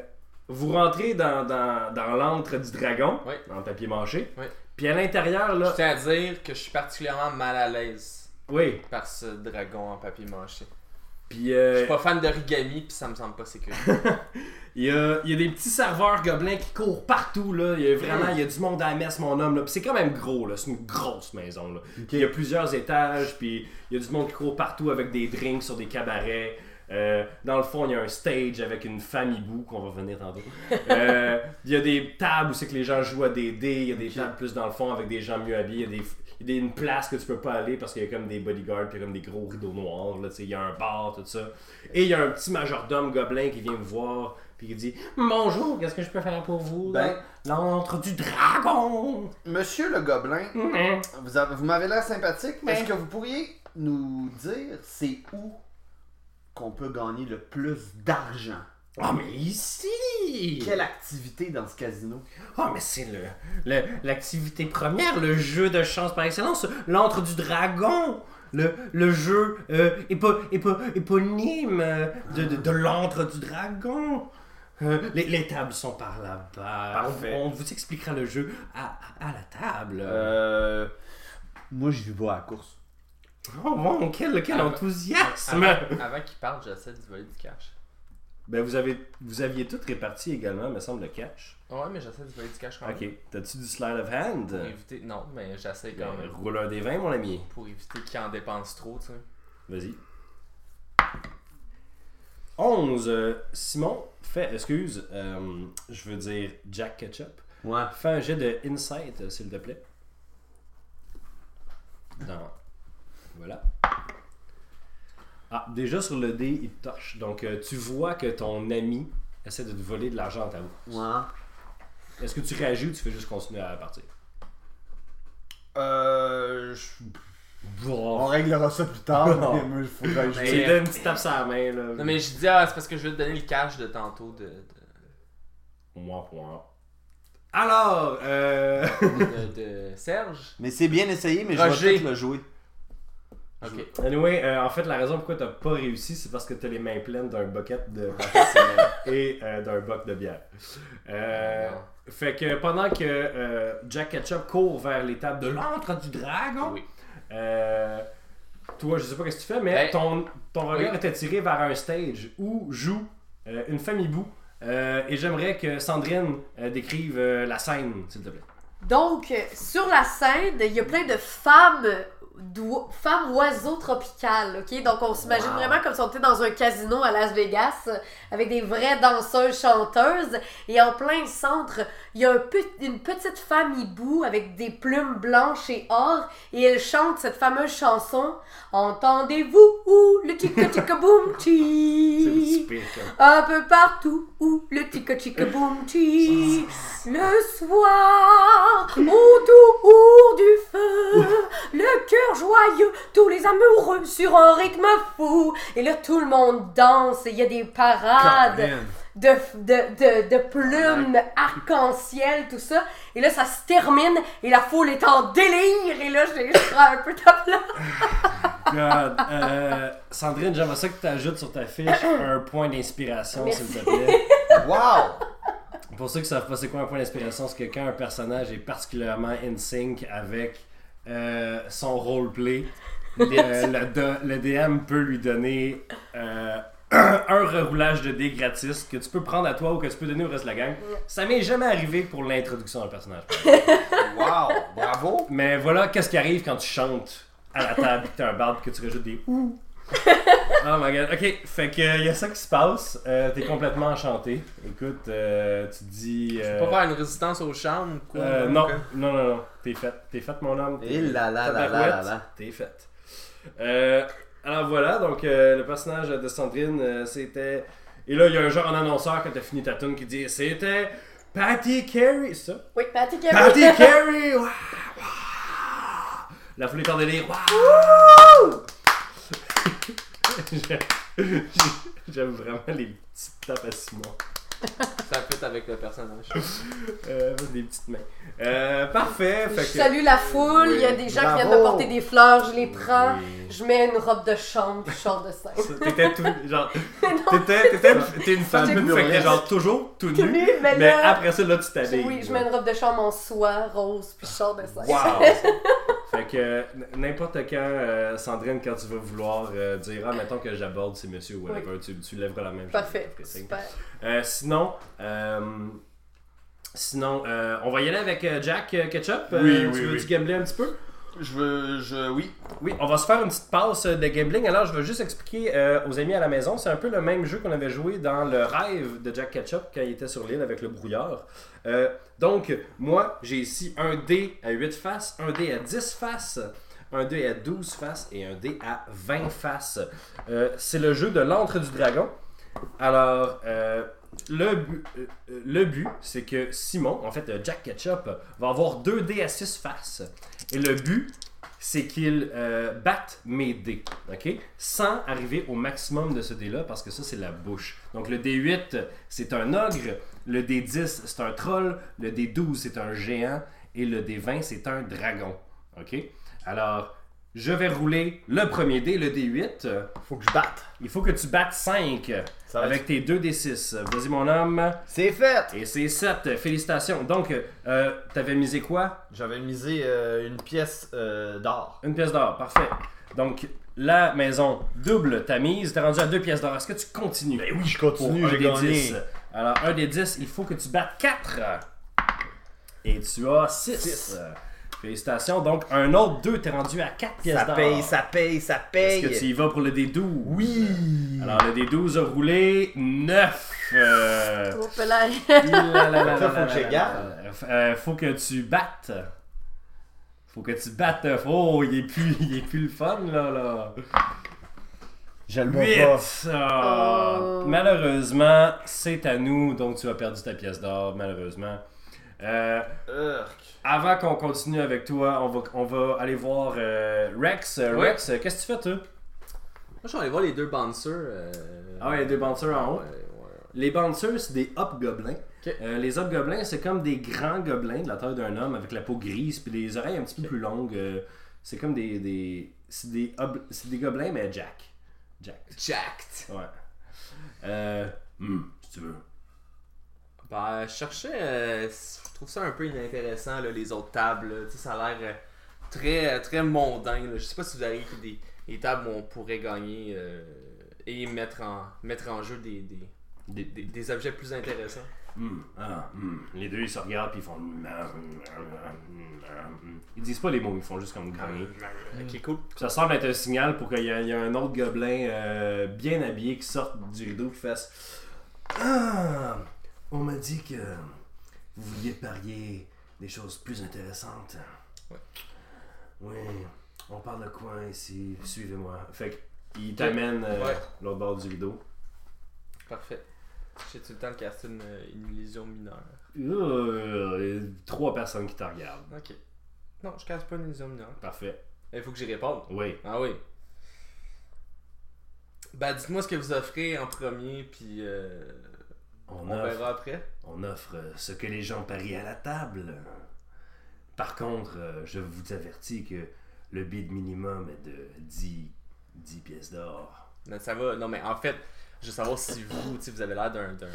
A: vous rentrez dans, dans, dans l'antre du dragon,
C: Oui.
A: dans le papier mâché.
C: Oui.
A: Puis à l'intérieur,
C: Je
A: là.
C: tiens à dire que je suis particulièrement mal à l'aise
A: Oui.
C: par ce dragon en papier mâché.
A: Puis
C: Je
A: euh,
C: suis pas fan d'origami, puis ça me semble pas sécuritaire.
A: il y, a, il y a des petits serveurs gobelins qui courent partout, là. Il y a vraiment il y a du monde à la messe, mon homme, là. Puis c'est quand même gros, là. C'est une grosse maison, là.
B: Ok.
A: Puis il y a plusieurs étages, puis il y a du monde qui court partout avec des drinks sur des cabarets. Euh, dans le fond, il y a un stage avec une famille boue qu'on va venir tantôt. Euh, il y a des tables où c'est que les gens jouent à des dés, il y a des
B: Ok.
A: tables plus dans le fond avec des gens mieux habillés, il y a, des, il y a des- une place que tu peux pas aller parce qu'il y a comme des bodyguards, puis il y a comme des gros rideaux noirs, là, tu sais, il y a un bar, tout ça. Et il y a un petit majordome gobelin qui vient me voir, puis qui dit Bonjour, qu'est-ce que je peux faire pour vous
B: Ben.
A: dans L'antre du dragon
B: Monsieur le gobelin,
A: Mhm.
B: vous, avez- vous m'avez l'air sympathique, mais
A: Ouais.
D: Ben.
B: est-ce que vous pourriez nous dire c'est où qu'on peut gagner le plus d'argent?
A: Ah, mais ici
B: Quelle activité dans ce casino?
A: Oh, mais c'est le, le- l'activité première, le jeu de chance par excellence, l'antre du dragon, le, le jeu euh, épo- épo- éponyme euh, de, de, de l'antre du dragon. Euh, les, les tables sont par là-bas.
B: Parfait.
A: On, on vous expliquera le jeu à, à- à la table.
B: Euh... Moi, j'y vais à la course.
A: Oh mon, quel, quel
C: Ah,
A: enthousiasme!
C: Avant, avant qu'il parle, j'essaie de voler du cash.
A: Ben, vous, avez, vous aviez tout réparti également, me semble, le cash.
C: Ouais, mais j'essaie de voler du cash quand
A: Ah
C: même.
A: T'as-tu du slide of hand?
C: Pour éviter... Non, mais j'essaie quand même.
A: roule un des vins, mon ami.
C: Pour éviter qu'il en dépense trop, tu sais.
A: Vas-y. 11. euh, Simon, fait, excuse, euh, je veux dire Jack Ketchup.
B: Ouais.
A: Fais un jet de Insight, euh, s'il te plaît. Dans- Voilà. Ah, déjà sur le dé, il te torche. Donc, euh, tu vois que ton ami essaie de te voler de l'argent à ta bourse.
B: Ouais.
A: Est-ce que tu réagis ou tu fais juste continuer à partir?
B: Euh... je- On
A: Bon.
B: réglera ça plus tard,
A: Non.
B: mais moi, il faut que
A: Tu
B: je...
C: Mais-
A: lui donnes une petite tape sur la main, là.
C: Non, mais je dis, ah, c'est parce que je vais te donner le cash de tantôt de, de,
A: Moi, moi. Alors, euh...
C: de- de Serge.
B: Mais c'est bien essayé, mais
C: je vais Roger. tout
B: le jouer.
C: Ok.
A: Anyway, euh, en fait, la raison pourquoi t'as pas réussi, c'est parce que t'as les mains pleines d'un bucket de et euh, d'un boc de bière. Euh,
C: Ah, Non.
A: fait que pendant que euh, Jack Ketchup court vers les tables de l'antre du dragon,
C: Oui.
A: euh, toi, je sais pas ce que tu fais, mais
C: Ben,
A: ton, ton regard
C: oui.
A: est attiré vers un stage où joue euh, une famille boue. Euh, et j'aimerais que Sandrine euh, décrive euh, la scène, s'il te plaît.
D: Donc, euh, sur la scène, il y a plein de femmes, d'oi- femmes oiseaux tropicales, ok? Donc, on s'imagine
B: Wow.
D: vraiment comme si on était dans un casino à Las Vegas, euh, avec des vraies danseuses chanteuses, et en plein centre, il y a un pe- une petite femme hibou avec des plumes blanches et or, et elle chante cette fameuse chanson « Entendez-vous où le tika tika boom
A: C'est un
D: chi
A: petit pire, comme-
D: un peu partout où le tic tic boum ti le soir autour du feu le cœur joyeux tous les amoureux sur un rythme fou et là tout le monde danse et il y a des parades de, de, de, de plumes arc-en-ciel tout ça et là ça se termine et la foule est en délire et là j'ai je prends un peu de place
A: God. Euh, Sandrine, j'aimerais ça que tu ajoutes sur ta fiche un point d'inspiration, s'il te plaît.
B: Wow!
A: Pour ceux qui savent pas c'est quoi un point d'inspiration, c'est que quand un personnage est particulièrement in sync avec euh, son roleplay, euh, le, do- le DM peut lui donner euh, un reroulage de dés gratis que tu peux prendre à toi ou que tu peux donner au reste de la gang. Ça m'est jamais arrivé pour l'introduction d'un personnage.
B: Wow! Bravo!
A: Mais voilà, qu'est-ce qui arrive quand tu chantes à la table, que t'as un barbe, que tu rajoutes des ouh. Oh my god. Ok, fait que euh, y a ça qui se passe. Euh, T'es complètement enchanté. Écoute, euh, tu te dis.
C: Je
A: euh,
C: peux pas faire une résistance aux charmes ou quoi?
A: euh,
C: donc, Eh
A: non,
C: euh,
A: non, non, non. T'es fait. T'es fait, mon homme.
B: Et là là là là là
A: Tabarouette,
B: là.
A: T'es faite. Euh, alors voilà, donc euh, le personnage de Sandrine, euh, c'était. Et là, il y a un genre en annonceur quand t'as fini ta tune qui dit c'était Patty Carey, c'est ça?
D: Oui, Patty Carey.
A: Patty Carey! Ouah, ouah. La foule est en délire. Ouah. J'aime- J'aime vraiment les petites tapes à Simon.
C: Ça fit avec le personnage.
A: Euh, des petites mains. Euh, parfait.
D: Je
A: fait que-
D: salue la foule, il y a des gens qui viennent me
B: Bravo.
D: porter des fleurs, je les prends,
A: Oui.
D: je mets une robe de chambre, je sors de scène.
A: T'étais tout. Genre,
D: non,
A: t'étais, t'étais, t'es une femme
D: J'ai
A: nue, fait que t'es genre toujours tout
D: tout
A: nu.
D: nu, mais
A: Mais
D: là,
A: après ça, là, tu
D: je-
A: t'habilles.
D: oui, je mets une robe de chambre en soie rose, puis je sors de scène.
A: Wow! fait que euh, n- n'importe quand, euh, Sandrine, quand tu vas vouloir euh, dire Ah, mettons que j'aborde ces messieurs ou whatever, tu, tu lèveras la main. je-
D: Parfait,
A: je ferai signe.
D: super.
A: Euh, sinon, euh, sinon euh, on va y aller avec euh, Jack euh, Ketchup. Euh,
E: Oui,
A: tu
E: oui,
A: veux
E: oui.
A: du gambler un petit peu?
E: Je veux. Je, oui.
A: Oui, on va se faire une petite pause euh, de gambling. Alors, je veux juste expliquer euh, aux amis à la maison, c'est un peu le même jeu qu'on avait joué dans le rêve de Jack Ketchup quand il était sur l'île avec le brouillard. Euh, donc, moi, j'ai ici un dé à 8 faces, un dé à 10 faces, un dé à 12 faces et un dé à 20 faces. Euh, c'est le jeu de l'antre du dragon. Alors, euh, le, bu- euh, euh, le but, c'est que Simon, en fait, euh, Jack Ketchup, va avoir deux dés à 6 faces. Et le but, c'est qu'il euh, batte mes dés, ok? Sans arriver au maximum de ce dé-là, parce que ça, c'est la bouche. Donc, le D8, c'est un ogre. Le D10, c'est un troll. Le D12, c'est un géant. Et le D20, c'est un dragon, ok? Alors, je vais rouler le premier dé, le D8. euh,
B: Faut que je batte.
A: Il faut que tu battes 5
B: Ça va
A: avec tes 2 D6. Vas-y, mon homme.
B: C'est fait!
A: Et c'est 7. Félicitations. Donc, euh, t'avais misé quoi?
B: J'avais misé euh, une pièce euh, d'or.
A: Une pièce d'or, parfait. Donc, la maison double ta mise, t'es rendu à deux pièces d'or. Est-ce que tu continues?
B: Ben oui, je
A: Pour un des 10. Alors, un des 10, il faut que tu battes 4. Et tu as 6.
B: Six.
A: Félicitations. Donc, un autre 2, t'es rendu à 4 pièces
B: Ça
A: d'or.
B: paye, ça paye, ça paye.
A: Est-ce que tu y vas pour le D12?
B: Oui!
A: Alors, le D12 a roulé 9. Euh...
D: Oh, là,
B: Ça, faut que je garde.
A: Euh, faut que tu battes. Faut que tu battes. Oh, il est plus, il est plus le fun là là.
B: Je le vois pas.
A: 8! Ah.
D: Oh.
A: Malheureusement, c'est à nous, donc tu as perdu ta pièce d'or, malheureusement. Euh,
B: Urk.
A: avant qu'on continue avec toi, on va, on va aller voir euh, Rex. Euh,
C: Ouais.
A: Rex, euh, qu'est-ce que tu fais, toi?
C: Moi, je vais aller voir les deux bouncers. euh,
A: Ah ouais, les deux bouncers en haut.
C: Ouais, ouais.
A: Les bouncers, c'est des hobgoblins.
C: Ok.
A: Euh, les hobgoblins, c'est comme des grands gobelins de la taille d'un homme avec la peau grise puis des oreilles un petit peu plus longues. Euh, c'est comme des. des c'est des, hob- c'est des gobelins, mais Jack. Jack.
C: Jacked.
A: Ouais. Euh, hmm, si tu veux.
C: Bah, je cherchais. euh, je trouve ça un peu inintéressant, là, les autres tables. là. Tu sais, ça a l'air euh, très, très mondain. là. Je sais pas si vous avez des, des tables où on pourrait gagner euh, et mettre en, mettre en jeu des, des,
A: Des-
C: des- des objets plus intéressants.
A: Hmm, ah, hmm. Les deux, ils se regardent puis ils font. hmm, hmm, hmm. Ils disent pas les mots, ils font juste comme gagner.
C: Ok, cool.
A: Ça semble être un signal pour qu'il y, a- il y a un autre gobelin euh, bien habillé qui sorte du rideau et fasse Ah On m'a dit que vous vouliez parier des choses plus intéressantes.
C: Ouais.
A: Oui, on parle de quoi ici Suivez-moi. Fait qu'il t'amène euh,
C: Ouais.
A: l'autre bord du rideau.
C: Parfait. J'ai tout le temps casté une, une illusion mineure.
A: Euh, trois personnes qui te regardent.
C: Ok. Non, je casse pas une illusion mineure.
A: Parfait.
C: Il faut que j'y réponde.
A: Oui.
C: Ah oui. Bah, dites-moi ce que vous offrez en premier, puis euh,
A: On,
C: on
A: offre,
C: verra après.
A: on offre euh, ce que les gens parient à la table. Par contre, euh, je vous avertis que le bid minimum est de 10, 10 pièces d'or.
C: Non, Ben, ça va. Non, mais en fait, je veux savoir si vous, tu sais, vous avez l'air d'un. d'un...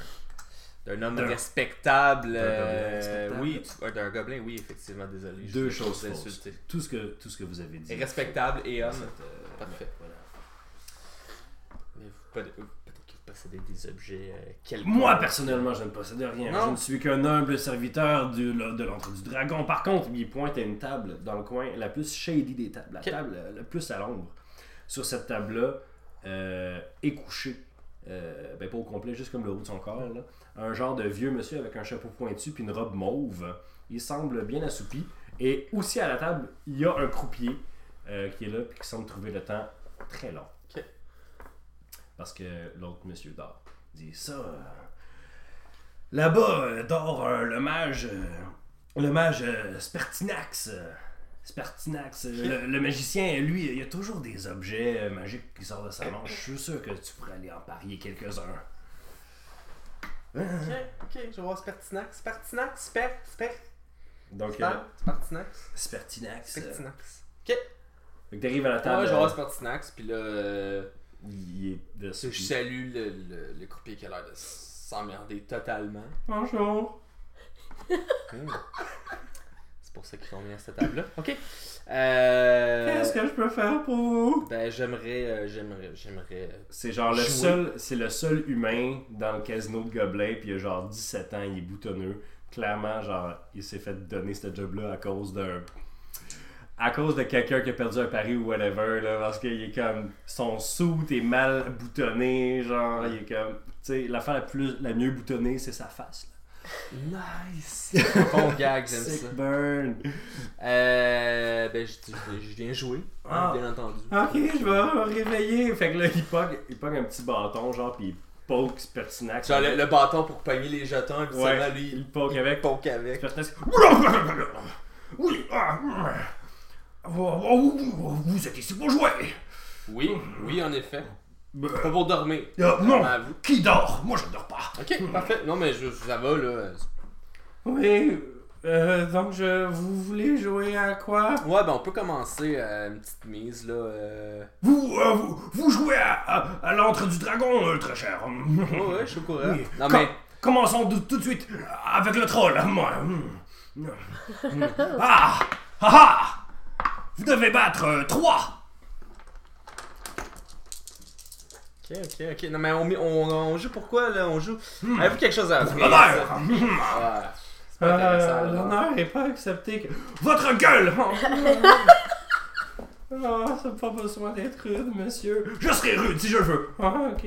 C: d'un homme
A: D'un-
C: respectable.
A: d'un
C: euh,
A: gobelin respectable.
C: Oui, tu- euh, d'un gobelin, oui, effectivement, désolé. je
A: Deux
C: vous ai
A: choses
C: tous
A: fausses.
C: insulté.
A: Tout ce que, tout ce que vous avez dit.
C: Et respectable et
A: Dans
C: homme.
A: cette, euh,
C: Parfait.
A: ouais, voilà.
C: Mais vous- peut- Peut-être que vous possédez des objets euh, quelconques.
A: Moi, personnellement, je ne possède rien.
C: Non.
A: Je ne suis qu'un humble serviteur du- de l'entre du dragon. Par contre, il pointe à une table dans le coin, la plus shady des tables, la
C: Ok.
A: table euh, la plus à l'ombre. Sur cette table-là, euh, est couché. Euh, ben pas au complet, juste comme le haut de son corps. là. Un genre de vieux monsieur avec un chapeau pointu puis une robe mauve. Il semble bien assoupi. Et aussi à la table, il y a un croupier euh, qui est là puis qui semble trouver le temps très long.
C: Ok.
A: Parce que l'autre monsieur dort. Il dit ça. euh, Là-bas euh, dort euh, le mage. euh, le mage euh, Spertinax. euh, Spertinax, euh, le, le magicien, lui, il y a toujours des objets euh, magiques qui sortent de sa manche. Je suis sûr que tu pourrais aller en parier quelques-uns.
C: Ok, ok, je vais voir Spertinax. Spertinax, Spert, Spert,
A: Donc, euh,
C: Spert, Spertinax,
A: Spertinax. euh,
C: Spertinax. Ok,
A: Fait que t'arrives à la
C: Ah ouais,
A: table.
C: je vais voir
A: euh,
C: Spertinax, puis là, euh,
A: il est de
C: je salue le, le, le croupier qui a l'air de s'emmerder totalement.
A: Bonjour.
C: C'est pour ça qu'ils sont mis à cette table-là. Ok. Euh,
A: que je peux faire pour vous?
C: Ben, j'aimerais, euh, j'aimerais, j'aimerais. euh,
A: C'est genre le
C: Jouer.
A: seul, c'est le seul humain dans le casino de Gobelin, puis il a genre 17 ans, il est boutonneux. Clairement, genre, il s'est fait donner ce job-là à cause d'un. À cause de quelqu'un qui a perdu un pari ou whatever, là, parce qu'il est comme. Son suit est mal boutonné, genre, il est comme. Tu sais, l'affaire la, plus, la mieux boutonnée, c'est sa face. là.
C: Nice! bon gag, j'aime ça.
A: Sick burn!
C: Euh, ben, je, je- je viens jouer,
A: Ah.
C: bien entendu.
A: Ok, je vais me réveiller. Fait que là, il pogne, il pogne un petit bâton, genre, puis il poke Spertinax.
C: Genre le, le bâton pour pogner les jetons, et
A: Ouais,
C: lui,
A: il
C: il
A: poke avec.
C: poke avec.
A: Spertinax. Oui, ah, mm. Oh, oh, oh, vous êtes ici pour jouer.
C: Oui, oui, en effet.
A: Ben,
C: Pas pour dormir.
A: ah, non,
C: À vous.
A: qui dort Moi, je dors pas.
C: Ok, parfait. Non, mais je, ça va, là.
A: Oui, euh, donc, je, vous voulez jouer à quoi
C: Ouais, ben, on peut commencer euh, une petite mise, là. euh.
A: vous, euh, vous, vous jouez à, à- à l'antre du dragon, euh, très cher.
C: Ouais, ouais, je suis au courant.
A: Oui.
C: Non,
A: Com-
C: mais.
A: Commençons tout, tout de suite avec le troll. Moi. Mm. Mm. Ah! Ah ah! Vous devez battre euh, 3!
C: Ok, ok, ok. Non, mais on, met- on, on joue pourquoi, là On joue. Avez-vous quelque chose à dire?
A: Hmm. L'honneur! Euh,
C: Ouais. C'est pas intéressant, là.
A: n'est Ah, pas accepté. Votre gueule! Non, ça n'a pas besoin d'être rude, monsieur. Je serai rude si je veux. Ah, ok.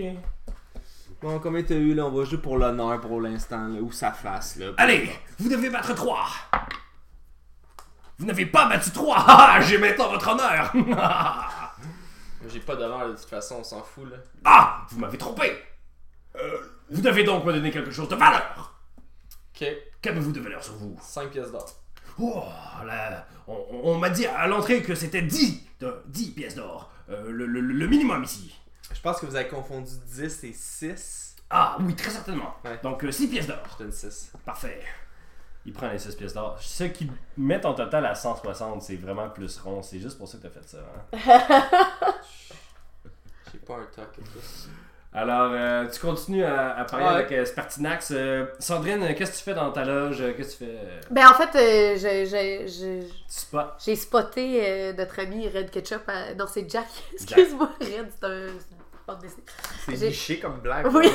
C: Bon, combien t'as eu là On va jouer pour l'honneur pour l'instant, là, ou sa face, là.
A: Allez, vous devez battre 3! Vous n'avez pas battu 3! J'ai maintenant votre honneur!
C: J'ai pas d'honneur, de toute façon, on s'en fout, là.
A: Ah! Vous m'avez trompé! Euh, vous devez donc me donner quelque chose de valeur!
C: Ok,
A: Qu'avez-vous de valeur sur vous?
C: 5 pièces d'or.
A: Oh, là, on, on- on m'a dit à l'entrée que c'était 10, de- 10 pièces d'or, euh, le, le- le minimum ici.
C: Je pense que vous avez confondu 10 et 6.
A: Ah oui, très certainement.
C: Ouais.
A: Donc 6 pièces d'or.
C: Je donne 6.
A: Parfait. Il prend les 6 pièces d'or. Ce qui met en total à 160, c'est vraiment plus rond. C'est juste pour ça que t'as fait ça. hein.
C: J'ai pas un toc.
A: Alors, euh, tu continues à, à parler
C: Ouais.
A: avec euh, Spartinax. Euh, Sandrine, euh, qu'est-ce que tu fais dans ta loge? Euh, Qu'est-ce que tu fais? Euh,
D: Ben, en fait, euh, j'ai- j'ai- j'ai-
A: Tu spots.
D: j'ai spoté euh, notre ami Red Ketchup. à- Non, c'est Jack. Excuse-moi, Red, c'est un. c'est une bande dessinée.
B: C'est
D: J'ai-
B: niché comme blague.
D: Oui,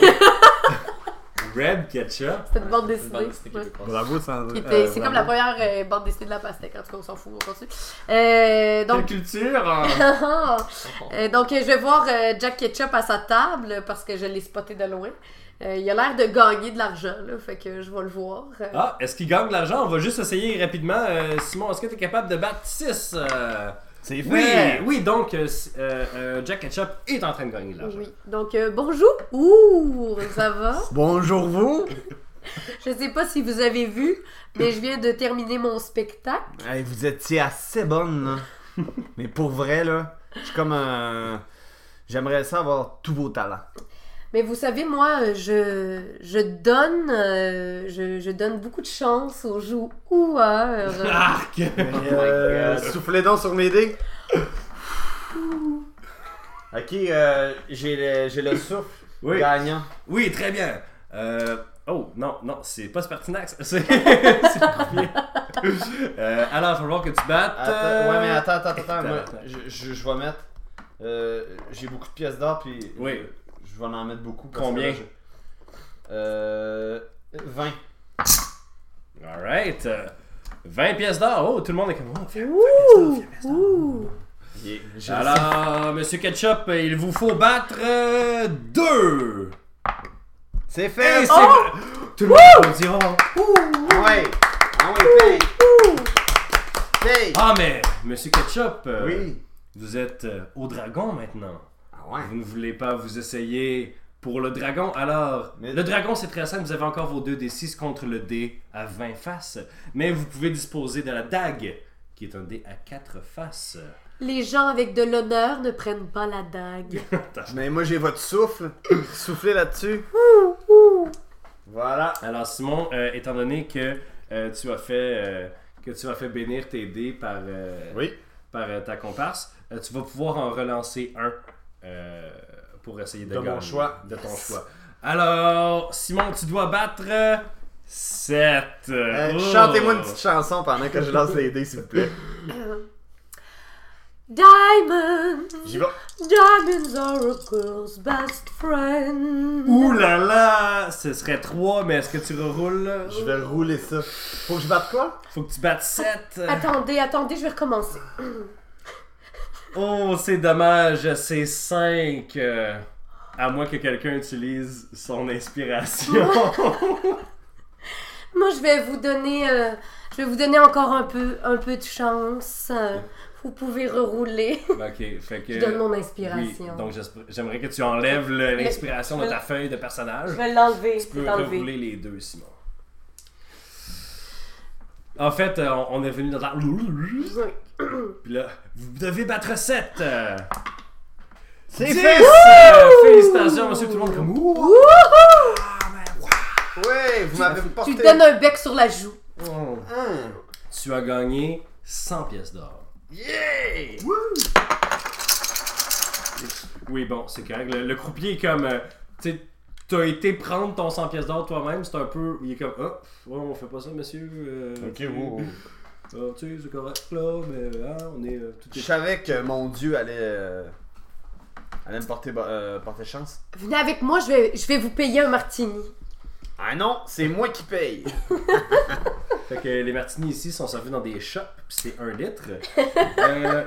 A: Red Ketchup.
D: c'est une bande
C: C'est une bande
D: dessinée.
C: dessinée
D: ouais.
C: québécoise.
B: Bravo, Sandrine.
D: Qui était- C'est comme la première euh, bande dessinée de la pastèque. En tout cas, on s'en fout, on continue. Euh, donc, Ah,
A: culture. hein?
D: Euh, donc, euh, je vais voir euh, Jack Ketchup à sa table euh, parce que je l'ai spoté de loin. Euh, il a l'air de gagner de l'argent, là, fait que je vais le voir. Euh,
A: Ah, est-ce qu'il gagne de l'argent? On va juste essayer rapidement. Euh, Simon, est-ce que tu es capable de battre 6?
B: C'est
A: Oui,
B: fait.
A: oui, donc euh, c- euh, euh, Jack Ketchup est en train de gagner de l'argent.
D: oui. Donc, euh, bonjour. Ouh, ça va?
B: Bonjour vous.
D: Je sais pas si vous avez vu, mais je viens de terminer mon spectacle.
B: Hey, vous étiez assez bonne, là. Mais pour vrai, là, je suis comme un. J'aimerais ça avoir tous vos talents.
A: Oh
D: Mais vous savez, moi, euh, je, je donne euh, je, je donne beaucoup de chance aux joueurs.
A: Arc!
B: Euh, soufflez donc sur mes dés. ok, euh, j'ai le, j'ai le souffle
A: Oui,
B: gagnant.
A: oui, très bien. Euh, oh, non, non, c'est pas Spartinax. C'est c'est le premier. Euh, alors, il va falloir que tu battes. euh,
B: Attends, ouais, mais attends, attends, attends.
A: attends,
B: moi,
A: attends.
B: je, je, je vais mettre. euh, j'ai beaucoup de pièces d'or, puis. euh,
A: Oui.
B: Je vais en mettre beaucoup. parce
A: Combien?
B: que là, je- Euh. 20.
A: euh, Alright. 20 pièces d'or. Oh, tout le monde est comme. Oh,
D: Ouh! Ouh!
C: Yeah. Je-
A: Alors, Monsieur Ketchup, il vous faut battre euh, deux.
B: C'est
A: Et
B: fait!
A: Eh, c'est- Tout le monde vous dira.
B: Ah ouais! Ah ouais, fait! Fait!
A: Ah mais, Monsieur Ketchup, euh,
B: Oui!
A: vous êtes euh, au dragon maintenant.
B: Ah ouais!
A: Vous ne voulez pas vous essayer pour le dragon, alors...
B: Mais-
A: Le dragon, c'est très simple, vous avez encore vos 2 D6 contre le dé à 20 faces, mais vous pouvez disposer de la dague, qui est un dé à 4 faces.
D: Les gens avec de l'honneur ne prennent pas la dague.
B: Mais moi j'ai votre souffle! Soufflez là-dessus! Voilà!
A: Alors Simon, euh, étant donné que euh, tu as fait... euh, que tu as fait bénir tes dés par, euh,
B: Oui!
A: par euh, ta comparse, euh, tu vas pouvoir en relancer un euh, pour essayer de,
B: De mon
A: gagner.
B: choix.
A: De ton choix. Alors, Simon, tu dois battre Oh! 7.
B: Euh,
A: Ben
B: Chantez-moi une petite chanson pendant que je lance les dés, s'il vous plaît.
D: Diamond,
B: J'y vais.
D: diamonds are a girl's best friend.
A: Ouh là là, ce serait 3, mais est-ce que tu reroules là?
B: Je vais rouler ça. Faut que je batte quoi?
A: Faut que tu battes 7.
D: Attendez, attendez, je vais recommencer.
A: Oh, c'est dommage, c'est 5. à moins que quelqu'un utilise son inspiration.
D: Moi, je vais vous donner, euh, je vais vous donner encore un peu, un peu de chance. Euh, vous pouvez rerouler.
A: ok, fait que.
D: Je donne mon
A: Oui,
D: inspiration.
A: donc j'esp- j'aimerais que tu enlèves le- l'inspiration de ta feuille de personnage.
D: Je vais l'enlever.
A: Tu peux
D: C'est enlevé.
A: rerouler les deux, Simon. En fait, euh, on- on est venu dans la... Puis là, vous devez battre 7!
B: C'est
A: Dix!
B: fait!
A: Euh, Félicitations, monsieur, tout le monde comme... Ouh!
B: Ouais, vous m'avez porté.
D: Tu donnes un bec sur la joue.
A: Oh.
B: Hmm.
A: Tu as gagné 100 pièces d'or.
B: Yeah!
A: Oui, bon, c'est correct. Le, le croupier est comme... euh, tu sais, t'as été prendre ton 100 pièces d'or toi-même, c'est un peu... Il est comme... Ah, ouais, on fait pas ça, monsieur. euh, tu- Ah, tu sais, c'est correct, là, mais hein, on est... euh, tout
B: Je
A: est...
B: savais que mon dieu allait. euh, allait me porter, bo- euh, porter chance.
D: Venez avec moi, je vais, je vais vous payer un martini.
B: Ah non, c'est moi qui paye!
A: Fait que les martinis ici sont servis dans des shops, pis c'est un litre. Euh,